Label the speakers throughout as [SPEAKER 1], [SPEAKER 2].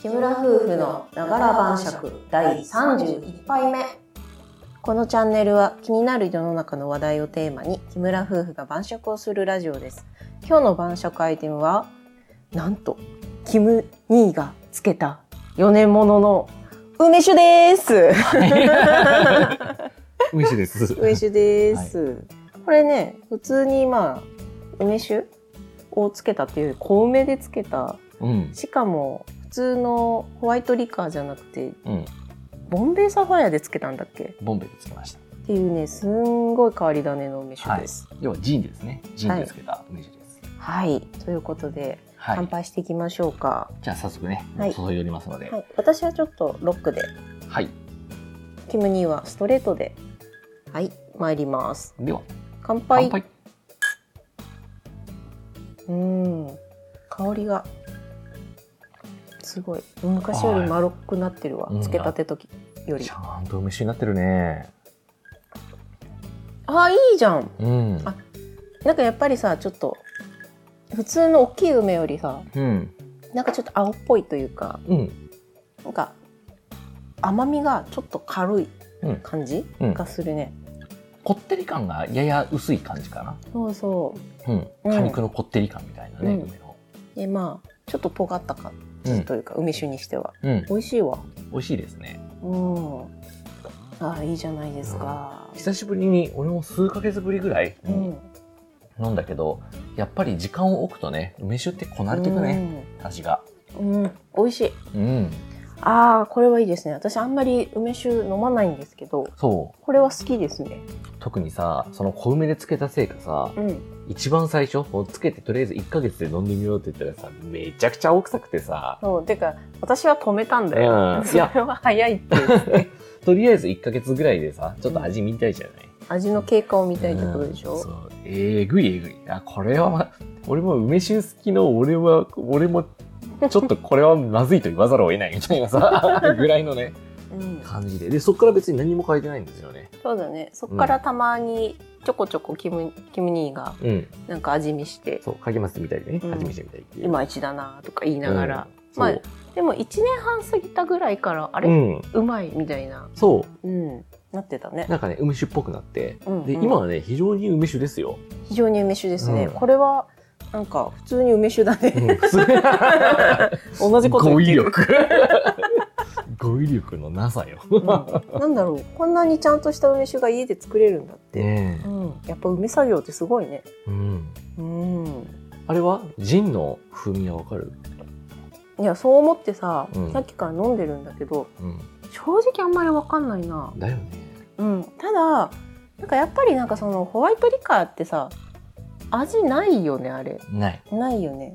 [SPEAKER 1] 木村夫婦のながら晩酌第31杯目このチャンネルは気になる世の中の話題をテーマに木村夫婦が晩酌をするラジオです今日の晩酌アイテムはなんとキム兄がつけた4年ものの梅酒です
[SPEAKER 2] 美味しいです。
[SPEAKER 1] 梅酒です、これね普通にまあ梅酒をつけたっていうより小梅でつけた
[SPEAKER 2] うん。
[SPEAKER 1] しかも普通のホワイトリカーじゃなくて
[SPEAKER 2] うん。
[SPEAKER 1] ボンベイサファイアでつけたんだっけ
[SPEAKER 2] ボンベでつけました。
[SPEAKER 1] っていうねすんごい変わり種の梅酒です。
[SPEAKER 2] 要はジンですね。ジンでつけた梅酒です。
[SPEAKER 1] はい、ということで、
[SPEAKER 2] はい。
[SPEAKER 1] 乾杯していきましょうか、
[SPEAKER 2] じゃあ早速ね、
[SPEAKER 1] はい
[SPEAKER 2] 注いでおりますので。
[SPEAKER 1] はい、私はちょっとロックで
[SPEAKER 2] はい。
[SPEAKER 1] キムニーはストレートではい参ります
[SPEAKER 2] では、
[SPEAKER 1] 乾杯
[SPEAKER 2] 乾杯。
[SPEAKER 1] うん香りがすごい昔より丸くなってるわ
[SPEAKER 2] はい
[SPEAKER 1] つけたて時より、
[SPEAKER 2] ちゃんと梅酒になってるね。
[SPEAKER 1] あいいじゃん
[SPEAKER 2] うん。
[SPEAKER 1] あなんかやっぱりさちょっと普通の大きい梅よりさ
[SPEAKER 2] うん。
[SPEAKER 1] なんかちょっと青っぽいというか
[SPEAKER 2] うん。
[SPEAKER 1] なんか甘みがちょっと軽い感じ、
[SPEAKER 2] うんうん
[SPEAKER 1] がするね。
[SPEAKER 2] こってり感がやや薄い感じかな。
[SPEAKER 1] そうそう。
[SPEAKER 2] うん。
[SPEAKER 1] うん
[SPEAKER 2] 果肉のこってり感みたいなね、
[SPEAKER 1] うん
[SPEAKER 2] 梅の。
[SPEAKER 1] でまあちょっと尖った感
[SPEAKER 2] う
[SPEAKER 1] じ
[SPEAKER 2] ん。
[SPEAKER 1] というか、梅酒にしては
[SPEAKER 2] うん。
[SPEAKER 1] 美味しいわ。
[SPEAKER 2] 美味しいですね。
[SPEAKER 1] うん。ああいいじゃないですか。
[SPEAKER 2] 久しぶりに、俺も数ヶ月ぶりぐらい、
[SPEAKER 1] うん。
[SPEAKER 2] 飲んだけど、やっぱり時間を置くとね、梅酒ってこなれていくね、味が。
[SPEAKER 1] うん。うん。美味しい。
[SPEAKER 2] うん。
[SPEAKER 1] ああこれはいいですね。私あんまり梅酒飲まないんですけど、
[SPEAKER 2] そう。
[SPEAKER 1] これは好きですね。
[SPEAKER 2] 特にさその小梅でつけたせいかさ、
[SPEAKER 1] うん。
[SPEAKER 2] 一番最初こうつけてとりあえず1ヶ月で飲んでみようって言ったらさめちゃくちゃ青臭くてさ、
[SPEAKER 1] そうてか私は止めたん
[SPEAKER 2] う
[SPEAKER 1] だよ。
[SPEAKER 2] ん、い
[SPEAKER 1] それ
[SPEAKER 2] や
[SPEAKER 1] は早いって
[SPEAKER 2] とりあえず1ヶ月ぐらいでさちょっと味見たいじゃない、
[SPEAKER 1] 味の経過を見
[SPEAKER 2] 見
[SPEAKER 1] たいってことでしょ。
[SPEAKER 2] そうえぐいえぐいあこれは俺も梅酒好きの俺は俺もちょっとこれはまずいと言わざるを得ないみたいな さぐらいのね
[SPEAKER 1] うん。
[SPEAKER 2] 感じででそっから別に何も変えてないんですよね
[SPEAKER 1] そうだね。そっからたまにちょこちょこキムキム兄が
[SPEAKER 2] うん
[SPEAKER 1] なんか味見して、
[SPEAKER 2] そうかけますみたいでね、
[SPEAKER 1] うん
[SPEAKER 2] 味見してみたいっていう
[SPEAKER 1] いまいちだなとか言いながら、、
[SPEAKER 2] うん
[SPEAKER 1] まあ
[SPEAKER 2] そう
[SPEAKER 1] でも1年半過ぎたぐらいからあれ、う
[SPEAKER 2] うん
[SPEAKER 1] まいみたいな、
[SPEAKER 2] そう
[SPEAKER 1] うん、なってたね。
[SPEAKER 2] なんかね、梅酒っぽくなって。
[SPEAKER 1] うんうん
[SPEAKER 2] で、今はね、非常に梅酒ですよ。
[SPEAKER 1] 非常に梅酒ですね。
[SPEAKER 2] うん
[SPEAKER 1] これはなんか普通に梅酒だね。 同
[SPEAKER 2] 同
[SPEAKER 1] じこと言ってる。
[SPEAKER 2] 語彙力。語彙力のなさよ。
[SPEAKER 1] うんなんだろうこんなにちゃんとした梅酒が家で作れるんだって、
[SPEAKER 2] ね
[SPEAKER 1] うん、やっぱ梅作業ってすごいね
[SPEAKER 2] え。うん。
[SPEAKER 1] うん
[SPEAKER 2] あれはジンの風味はわかる
[SPEAKER 1] いやそう思ってさ、
[SPEAKER 2] うん
[SPEAKER 1] さっきから飲んでるんだけど
[SPEAKER 2] うん。
[SPEAKER 1] 正直あんまりわかんないな
[SPEAKER 2] だよね。
[SPEAKER 1] うん、ただなんかやっぱりなんかそのホワイトリカーってさ味ないよねあれ
[SPEAKER 2] ない。
[SPEAKER 1] ないよね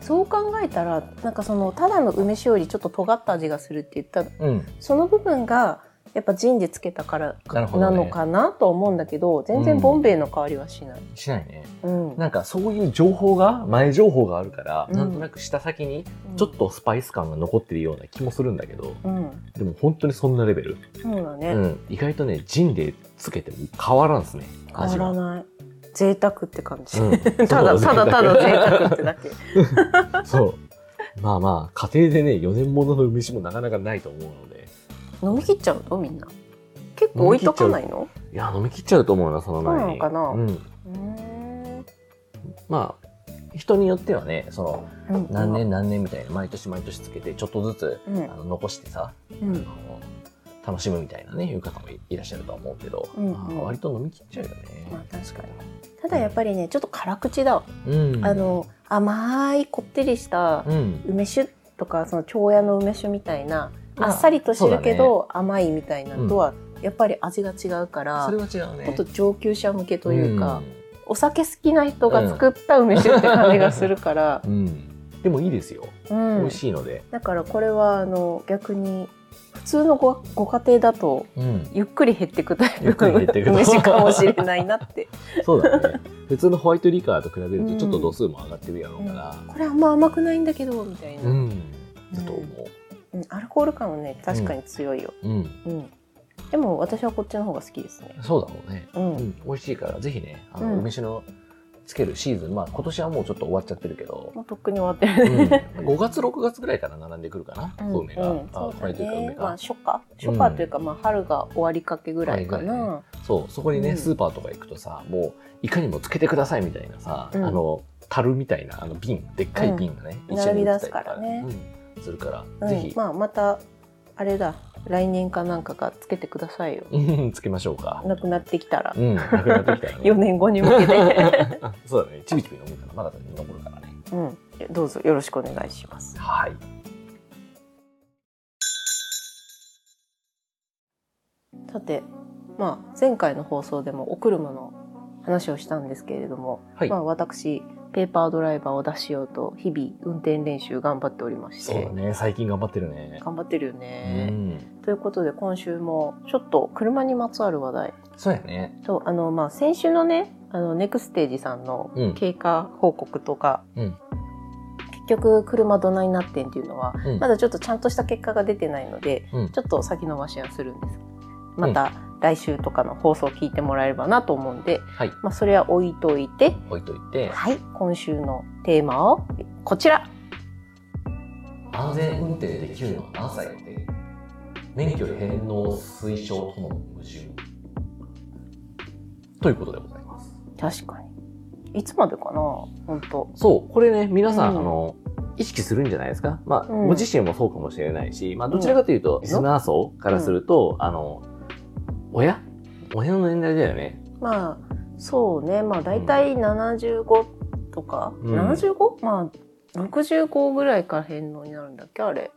[SPEAKER 1] そう考えたらなんかそのただの梅酒よりちょっと尖った味がするって言った
[SPEAKER 2] うん。
[SPEAKER 1] その部分がやっぱジンでつけたから
[SPEAKER 2] なるほど
[SPEAKER 1] な
[SPEAKER 2] ね
[SPEAKER 1] のかなと思うんだけど全然ボンベイの香りはしない、
[SPEAKER 2] しないね。
[SPEAKER 1] うん
[SPEAKER 2] なんかそういう情報が、前情報があるから、
[SPEAKER 1] うん
[SPEAKER 2] なんとなく舌先にちょっ、とスパイス感が残ってるような気もするんだけど、
[SPEAKER 1] うん
[SPEAKER 2] でも本当にそんなレベル。
[SPEAKER 1] そうだね、
[SPEAKER 2] うん。意外とね、ジンでつけても変わらんですね。
[SPEAKER 1] 変
[SPEAKER 2] 味が
[SPEAKER 1] わらない贅沢って感じ、
[SPEAKER 2] うん
[SPEAKER 1] ただただただ贅沢ってだけ
[SPEAKER 2] そう。まあまあ、家庭でね、4年ものの梅酒もなかなかないと思うので。
[SPEAKER 1] 飲み切っちゃうのみんな結構置いとかないの
[SPEAKER 2] いや、飲み切っちゃうと思うな、その前に。
[SPEAKER 1] そうなのかな
[SPEAKER 2] うん。
[SPEAKER 1] うーん
[SPEAKER 2] まあ、人によってはね、その、
[SPEAKER 1] うん
[SPEAKER 2] 何年何年みたいな、毎年毎年つけて、ちょっとずつ、
[SPEAKER 1] うん
[SPEAKER 2] あの残してさ、
[SPEAKER 1] うん
[SPEAKER 2] あの楽しむみたいなね、いう方もいいらっしゃるとは思うけど、
[SPEAKER 1] うんうん
[SPEAKER 2] まあ割と飲み切っちゃうよね。
[SPEAKER 1] まあ確かにただやっぱりねちょっと辛口だわ、
[SPEAKER 2] うん。
[SPEAKER 1] あ、の甘いこってりした
[SPEAKER 2] うん。
[SPEAKER 1] 梅酒とかその長屋の梅酒みたいな、
[SPEAKER 2] ま
[SPEAKER 1] あっさりとしてるけど、甘いみたいなのとはやっぱり味が違うか
[SPEAKER 2] そうだね
[SPEAKER 1] ら、
[SPEAKER 2] それは違うね。
[SPEAKER 1] ちょっと上級者向けというか、
[SPEAKER 2] ん
[SPEAKER 1] お酒好きな人が作った梅酒って感じがするから、
[SPEAKER 2] うん。でもいいですよ。
[SPEAKER 1] うん
[SPEAKER 2] 美味しいので。
[SPEAKER 1] だからこれはあの逆に普通のごご家庭だと
[SPEAKER 2] うん。
[SPEAKER 1] ゆっくり減ってくタイ
[SPEAKER 2] ゆっ
[SPEAKER 1] プ
[SPEAKER 2] くり
[SPEAKER 1] の
[SPEAKER 2] 減ってく
[SPEAKER 1] 梅酒かもしれないな って
[SPEAKER 2] そうだね。普通のホワイトリカーと比べるとちょっと度数も上がってるやろうから。
[SPEAKER 1] これあんま甘くないんだけどみたいな、
[SPEAKER 2] う
[SPEAKER 1] うん
[SPEAKER 2] ん。だと思
[SPEAKER 1] アルコール感はね確かに強いよ、
[SPEAKER 2] う。うん。
[SPEAKER 1] うんでも私はこっちの方が好きですね
[SPEAKER 2] そうだろうね。
[SPEAKER 1] うん、
[SPEAKER 2] うん。美味しいから、ぜひね、あ
[SPEAKER 1] う
[SPEAKER 2] の、
[SPEAKER 1] ん
[SPEAKER 2] 梅酒のつけるシーズン、まあ今年はもうちょっと終わっちゃってるけど、
[SPEAKER 1] もうとっくに終わってるね。
[SPEAKER 2] うん、5月6月ぐらいから並んでくるかな、
[SPEAKER 1] うん
[SPEAKER 2] 梅が、
[SPEAKER 1] うん
[SPEAKER 2] あ
[SPEAKER 1] そう
[SPEAKER 2] これと
[SPEAKER 1] だ
[SPEAKER 2] い
[SPEAKER 1] ね。
[SPEAKER 2] うか梅が、
[SPEAKER 1] まあ初夏、初夏というか、まあ春が終わりかけぐらいか
[SPEAKER 2] はいは
[SPEAKER 1] な。
[SPEAKER 2] そうそこにね、
[SPEAKER 1] うん
[SPEAKER 2] スーパーとか行くとさもういかにもつけてくださいみたいなさ、
[SPEAKER 1] うん
[SPEAKER 2] あの樽みたいなあの瓶でっかい瓶がね、
[SPEAKER 1] うん
[SPEAKER 2] 一緒に売ってたりと
[SPEAKER 1] 並び出
[SPEAKER 2] うんするから、
[SPEAKER 1] うん
[SPEAKER 2] ぜひ、
[SPEAKER 1] まあまたあれだ、来年かなんかがつけてくださいよ。
[SPEAKER 2] うんつけましょうか、
[SPEAKER 1] なくなってきたら
[SPEAKER 2] う、んなくなってきたら
[SPEAKER 1] 4
[SPEAKER 2] ね
[SPEAKER 1] 年後に向け て。
[SPEAKER 2] そうだねちびちび飲むからまだ残るからね
[SPEAKER 1] うん、どうぞよろしくお願いします。
[SPEAKER 2] はい
[SPEAKER 1] さて、まあ、前回の放送でもお車の話をしたんですけれども、
[SPEAKER 2] はい、
[SPEAKER 1] まあ、私ペーパードライバーを出しようと日々運転練習頑張っておりまし
[SPEAKER 2] そう
[SPEAKER 1] て
[SPEAKER 2] だ、ね最近頑張ってるね、
[SPEAKER 1] 頑張ってるよ
[SPEAKER 2] う
[SPEAKER 1] ね。
[SPEAKER 2] ん
[SPEAKER 1] ということで今週もちょっと車にまつわる話題
[SPEAKER 2] そうやね
[SPEAKER 1] そうあの、まあ、先週のねあのネクステージさんの
[SPEAKER 2] うん
[SPEAKER 1] 経過報告とか、
[SPEAKER 2] うん
[SPEAKER 1] 結局車どないなってんっていうのは
[SPEAKER 2] うん
[SPEAKER 1] まだちょっとちゃんとした結果が出てないので、
[SPEAKER 2] うん
[SPEAKER 1] ちょっと先延ばしはするんですまた来週とかの放送を聞いてもらえればなと思うんで、
[SPEAKER 2] はい
[SPEAKER 1] まあ、それは置いといて、
[SPEAKER 2] 置いといて
[SPEAKER 1] はい、今週のテーマをこちら
[SPEAKER 2] 安全運転できるのは何歳って免許返納推奨との矛盾ということでございます
[SPEAKER 1] 確かにいつまでかな本当
[SPEAKER 2] そうこれね皆さん、
[SPEAKER 1] うん
[SPEAKER 2] あの意識するんじゃないですか、まあ
[SPEAKER 1] うん
[SPEAKER 2] ご自身もそうかもしれないし、まあ、どちらかというと、リスナー層からすると、あの親親の年代だよね
[SPEAKER 1] まあそうねまあ大体75とか、
[SPEAKER 2] うん
[SPEAKER 1] 75? まあ65ぐらいから返納になるんだっけあれ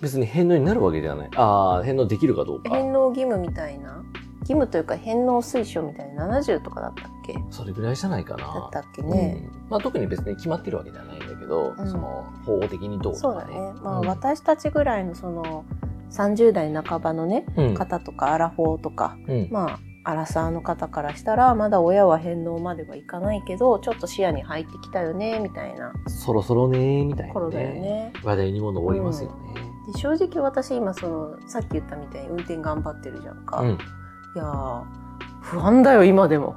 [SPEAKER 2] 別に返納になるわけじゃないああ返納できるかどうか
[SPEAKER 1] 返納義務みたいな義務というか返納推奨みたいな70とかだったっけ
[SPEAKER 2] それぐらいじゃないか
[SPEAKER 1] だ
[SPEAKER 2] な
[SPEAKER 1] ったっけね、
[SPEAKER 2] うんまあ、特に別に決まってるわけじゃないんだけど、
[SPEAKER 1] うん
[SPEAKER 2] その法的にどうと
[SPEAKER 1] そう
[SPEAKER 2] か
[SPEAKER 1] だ
[SPEAKER 2] ね
[SPEAKER 1] ねまあ、
[SPEAKER 2] うん
[SPEAKER 1] 私たちぐらいのその30代半ばのね
[SPEAKER 2] うん
[SPEAKER 1] 方とかアラフォーとか
[SPEAKER 2] うん
[SPEAKER 1] まあアラサーの方からしたらまだ親は返納まではいかないけどちょっと視野に入ってきたよねみたいな
[SPEAKER 2] そろそろねーみたいな、
[SPEAKER 1] 頃だよね。
[SPEAKER 2] 話題にも上りますよね。
[SPEAKER 1] で正直私今そのさっき言ったみたいに運転頑張ってるじゃんか、
[SPEAKER 2] う
[SPEAKER 1] い
[SPEAKER 2] ん、
[SPEAKER 1] やー不安だよ今でも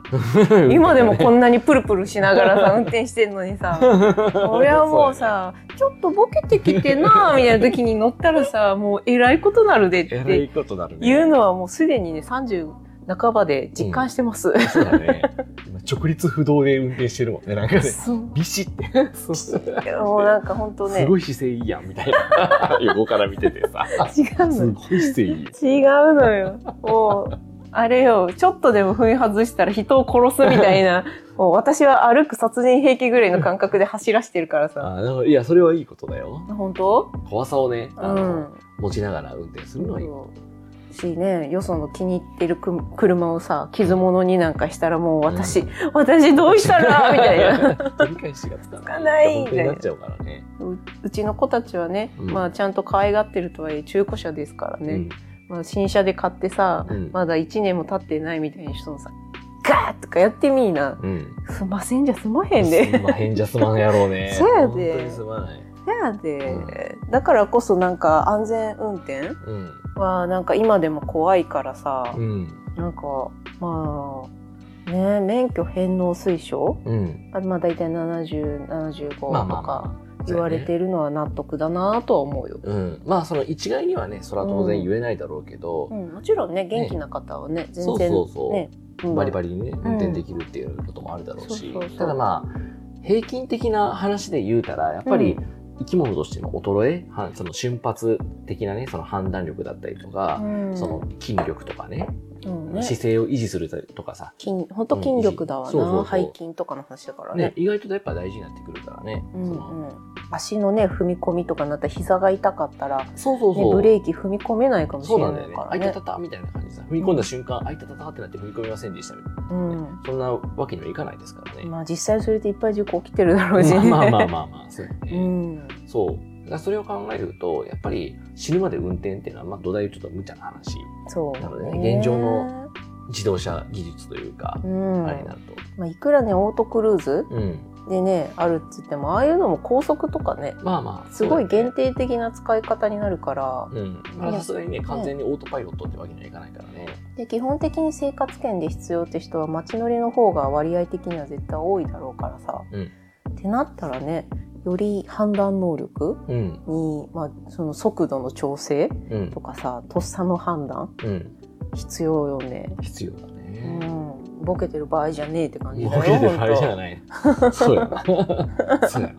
[SPEAKER 1] 今でもこんなにプルプルしながらさ運転してんのに さ
[SPEAKER 2] こ
[SPEAKER 1] 俺はもうさ ちょっとボケてきてなーみたいな時に乗ったら さもうえらいことなるでっ
[SPEAKER 2] えら
[SPEAKER 1] て
[SPEAKER 2] いことなるね。
[SPEAKER 1] いうのはもうすでにね30半ばで実感してます、
[SPEAKER 2] そうだね。今直立不動で運転してるもんね。なんかね、
[SPEAKER 1] そう
[SPEAKER 2] ビシって。そうす
[SPEAKER 1] もうなんか本当ね
[SPEAKER 2] ごい姿勢いいやんみたいな。 横から見ててさ。
[SPEAKER 1] 違う
[SPEAKER 2] す
[SPEAKER 1] のよ
[SPEAKER 2] ごい姿勢いいよ。
[SPEAKER 1] 違うのよもうあれよちょっとでも踏み外したら人を殺すみたい なもう私は歩く殺人兵器ぐらいの感覚で走らしてるからさ
[SPEAKER 2] あのいや、それはいいことだよ。
[SPEAKER 1] 本当
[SPEAKER 2] 怖さをね、
[SPEAKER 1] う
[SPEAKER 2] あの
[SPEAKER 1] ん
[SPEAKER 2] 持ちながら運転するのはいい。。
[SPEAKER 1] そうしねよその気に入ってるく車をさ傷物になんかしたらもう私、私どうしたらみたいな
[SPEAKER 2] 取り返しがつかない。
[SPEAKER 1] つかない
[SPEAKER 2] 本当になっちゃうからね。
[SPEAKER 1] ううちの子たちはね、
[SPEAKER 2] うん
[SPEAKER 1] まあちゃんと可愛がってるとはいえ中古車ですからね、
[SPEAKER 2] うん
[SPEAKER 1] まあ、新車で買ってさ、
[SPEAKER 2] うん
[SPEAKER 1] まだ1年も経ってないみたいに人のさガーッとかやってみいな
[SPEAKER 2] うん。
[SPEAKER 1] すんませんじゃ済まへんで
[SPEAKER 2] そんな変じゃすまんやろうね。
[SPEAKER 1] そうやで
[SPEAKER 2] 本当にすまない。
[SPEAKER 1] せやで、だからこそなんか安全運転
[SPEAKER 2] うん。
[SPEAKER 1] はなんか今でも怖いからさ、
[SPEAKER 2] うん。
[SPEAKER 1] なんかまあね免許返納推奨
[SPEAKER 2] うん。
[SPEAKER 1] あまあ大体7075と
[SPEAKER 2] まあまあまあ
[SPEAKER 1] か。言われてるのは納得だなとは思うよ、
[SPEAKER 2] うん、まあその一概にはねそれは当然言えないだろうけど、
[SPEAKER 1] うん、もちろんね元気な方はね全然
[SPEAKER 2] そうそうそう
[SPEAKER 1] ね、うん
[SPEAKER 2] バリバリにね運転できるっていうこともあるだろうし、
[SPEAKER 1] そうそうそう
[SPEAKER 2] ただまあ平均的な話で言うたらやっぱり
[SPEAKER 1] う
[SPEAKER 2] 生き物としての衰えはその瞬発的なねその判断力だったりとか、
[SPEAKER 1] うん
[SPEAKER 2] その筋力とかね
[SPEAKER 1] うんね
[SPEAKER 2] 姿勢を維持するとかさ、
[SPEAKER 1] 筋本当筋力だわな、
[SPEAKER 2] うんそうそうそう
[SPEAKER 1] 背筋とかの話だから
[SPEAKER 2] ね
[SPEAKER 1] ね、
[SPEAKER 2] 意外とやっぱ大事になってくるからね、
[SPEAKER 1] うん
[SPEAKER 2] そうの
[SPEAKER 1] ん、足のね踏み込みとかになったら膝が痛かったら、ね、
[SPEAKER 2] そうそうそう、
[SPEAKER 1] ブレーキ踏み込めないかもし
[SPEAKER 2] そう
[SPEAKER 1] れ
[SPEAKER 2] な
[SPEAKER 1] なん
[SPEAKER 2] だよ
[SPEAKER 1] い
[SPEAKER 2] ね
[SPEAKER 1] か
[SPEAKER 2] あ
[SPEAKER 1] ら
[SPEAKER 2] いた
[SPEAKER 1] ね
[SPEAKER 2] た。たみたいな感じでさ踏み込んだ瞬間、あいたたたってなって踏み込みませんでしたみたいな
[SPEAKER 1] うん
[SPEAKER 2] そんなわけにはいかないですからね、
[SPEAKER 1] まあ実際それでいっぱい事故起きてるだろうし
[SPEAKER 2] ま
[SPEAKER 1] ね。
[SPEAKER 2] あまあまあまあまあ、そうやね
[SPEAKER 1] うん
[SPEAKER 2] そう。だからそれを考えると、やっぱり死ぬまで運転っていうのは、まあ土台ちょっと無茶な話。
[SPEAKER 1] そう
[SPEAKER 2] なのでね現状の、自動車技術というか
[SPEAKER 1] う、ん
[SPEAKER 2] あれになると。
[SPEAKER 1] まあ、いくらねオートクルーズ
[SPEAKER 2] うん。
[SPEAKER 1] でねあるっつってもああいうのも高速とかね
[SPEAKER 2] まあまあ
[SPEAKER 1] すごい限
[SPEAKER 2] 定
[SPEAKER 1] 定的な使い方になるから
[SPEAKER 2] うんまあさすがにね完全にオートパイロットってわけにはいかないからね
[SPEAKER 1] で基本的に生活圏で必要って人は街乗りの方が割合的には絶対多いだろうからさ、
[SPEAKER 2] うん
[SPEAKER 1] ってなったらねより判断能力
[SPEAKER 2] うん
[SPEAKER 1] に、まあ、その速度の調整
[SPEAKER 2] うん
[SPEAKER 1] とかさとっさの判断
[SPEAKER 2] うん
[SPEAKER 1] 必要よね、
[SPEAKER 2] 必要だ
[SPEAKER 1] う
[SPEAKER 2] ね
[SPEAKER 1] ん、ボケてる場合じゃねえって感じだ
[SPEAKER 2] ボ
[SPEAKER 1] よ
[SPEAKER 2] ケてる場合じゃ
[SPEAKER 1] い、
[SPEAKER 2] ない そうやなそうやな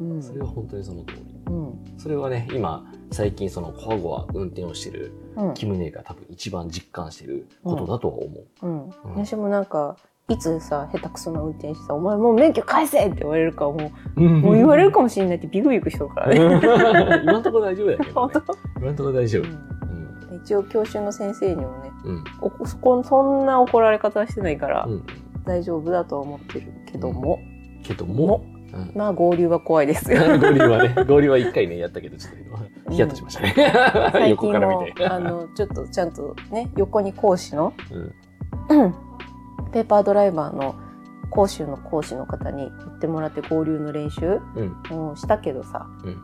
[SPEAKER 1] うん
[SPEAKER 2] それは本当にその通り
[SPEAKER 1] うん
[SPEAKER 2] それはね今最近そのコアゴア運転をしてる
[SPEAKER 1] うん
[SPEAKER 2] キムネが多分一番実感してることだとは思う、
[SPEAKER 1] うん
[SPEAKER 2] うん
[SPEAKER 1] 私もなんかいつさ下手くそな運転してさ「お前もう免許返せ!」って言われるから もうもう言われるかもしれないってビクビクしとるからね。
[SPEAKER 2] 今のところ大丈夫だけど、
[SPEAKER 1] 本
[SPEAKER 2] ね、今のところ大丈
[SPEAKER 1] 当
[SPEAKER 2] 夫
[SPEAKER 1] う、ん一応教習の先生にもね
[SPEAKER 2] うんうん
[SPEAKER 1] おこそこそんな怒られ方はしてないから
[SPEAKER 2] うん、
[SPEAKER 1] 大丈夫だとは思ってるけども、
[SPEAKER 2] けども、うん、
[SPEAKER 1] まあ合流は怖いです よ。
[SPEAKER 2] ゴリはねゴリは一回ねやったけどちょっと今ヒヤッとしましたね、
[SPEAKER 1] 最
[SPEAKER 2] 横
[SPEAKER 1] 近
[SPEAKER 2] から
[SPEAKER 1] も
[SPEAKER 2] 見て
[SPEAKER 1] あのちょっとちゃんとね横に講師 の
[SPEAKER 2] うん
[SPEAKER 1] ペーパードライバーの講習の講師の方に言ってもらって合流の練習
[SPEAKER 2] うん
[SPEAKER 1] もうしたけどさ、
[SPEAKER 2] うん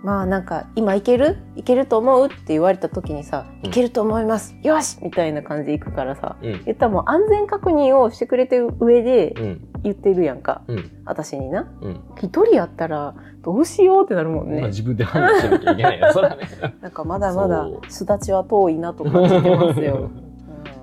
[SPEAKER 1] まあなんか「今いけるいけると思う?」って言われた時にさ「
[SPEAKER 2] うん
[SPEAKER 1] いけると思いますよし!」みたいな感じで行くからさ
[SPEAKER 2] うん
[SPEAKER 1] 言ったらもう安全確認をしてくれてる上で
[SPEAKER 2] うん
[SPEAKER 1] 言ってるやんか
[SPEAKER 2] うん
[SPEAKER 1] 私にな
[SPEAKER 2] うん、
[SPEAKER 1] 一人やったらどうしようってなるもん
[SPEAKER 2] まあ
[SPEAKER 1] ね
[SPEAKER 2] 自分で判断しなきゃい けないよそらね
[SPEAKER 1] なんかまだまだ
[SPEAKER 2] そう
[SPEAKER 1] 巣立ちは遠いなと感じてますよ、うん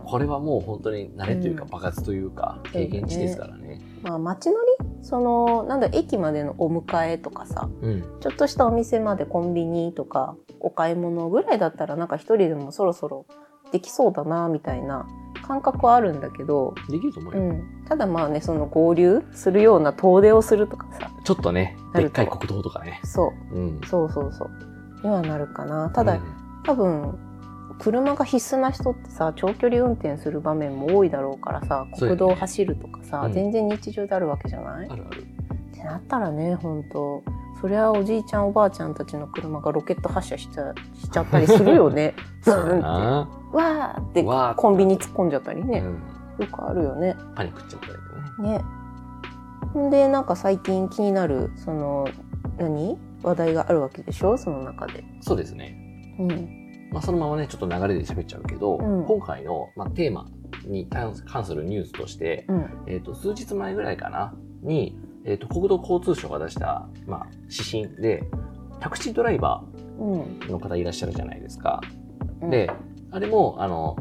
[SPEAKER 2] これはもう本当に慣れというか
[SPEAKER 1] うん
[SPEAKER 2] 爆発というか経験値ですからね
[SPEAKER 1] まあ街乗りそのなんだ駅までのお迎えとかさ
[SPEAKER 2] うん
[SPEAKER 1] ちょっとしたお店までコンビニとかお買い物ぐらいだったらなんか一人でもそろそろできそうだなみたいな感覚はあるんだけど、
[SPEAKER 2] できると思う
[SPEAKER 1] う
[SPEAKER 2] よ、
[SPEAKER 1] ん、ただまあねその合流するような遠出をするとかさ
[SPEAKER 2] ちょっとね
[SPEAKER 1] な
[SPEAKER 2] でっ
[SPEAKER 1] ると
[SPEAKER 2] かい国道とかね
[SPEAKER 1] そ
[SPEAKER 2] うん
[SPEAKER 1] うそうそうそうにはなるかなただ、
[SPEAKER 2] うん
[SPEAKER 1] 多分車が必須な人ってさ長距離運転する場面も多いだろうからさ
[SPEAKER 2] そうよ
[SPEAKER 1] 国
[SPEAKER 2] ね
[SPEAKER 1] 道走るとかさ、
[SPEAKER 2] うん
[SPEAKER 1] 全然日常であるわけじゃない、
[SPEAKER 2] あるある
[SPEAKER 1] ってなったらね本当そりゃおじいちゃんおばあちゃんたちの車がロケット発射しちゃしちゃったりするよね ズーンって
[SPEAKER 2] あ
[SPEAKER 1] わーって
[SPEAKER 2] わーって
[SPEAKER 1] コンビニ突っ込んじゃったり
[SPEAKER 2] あ、
[SPEAKER 1] ね
[SPEAKER 2] う、ん、
[SPEAKER 1] よくあるよね
[SPEAKER 2] パニックっちゃったりとかね
[SPEAKER 1] ねほんでなんか最近気になるその何話題があるわけでしょその中で
[SPEAKER 2] そうですね、
[SPEAKER 1] うん
[SPEAKER 2] まあ、そのままねちょっと流れで喋っちゃうけど、
[SPEAKER 1] うん
[SPEAKER 2] 今回の、まあ、テーマに関関するニュースとして、
[SPEAKER 1] うん
[SPEAKER 2] えー、と数日前ぐらいかなに、えー、と国土交通省が出した、まあ、指針でタクシードライバ
[SPEAKER 1] うん
[SPEAKER 2] ーの方いらっしゃるじゃないですか。
[SPEAKER 1] うん
[SPEAKER 2] であれもあの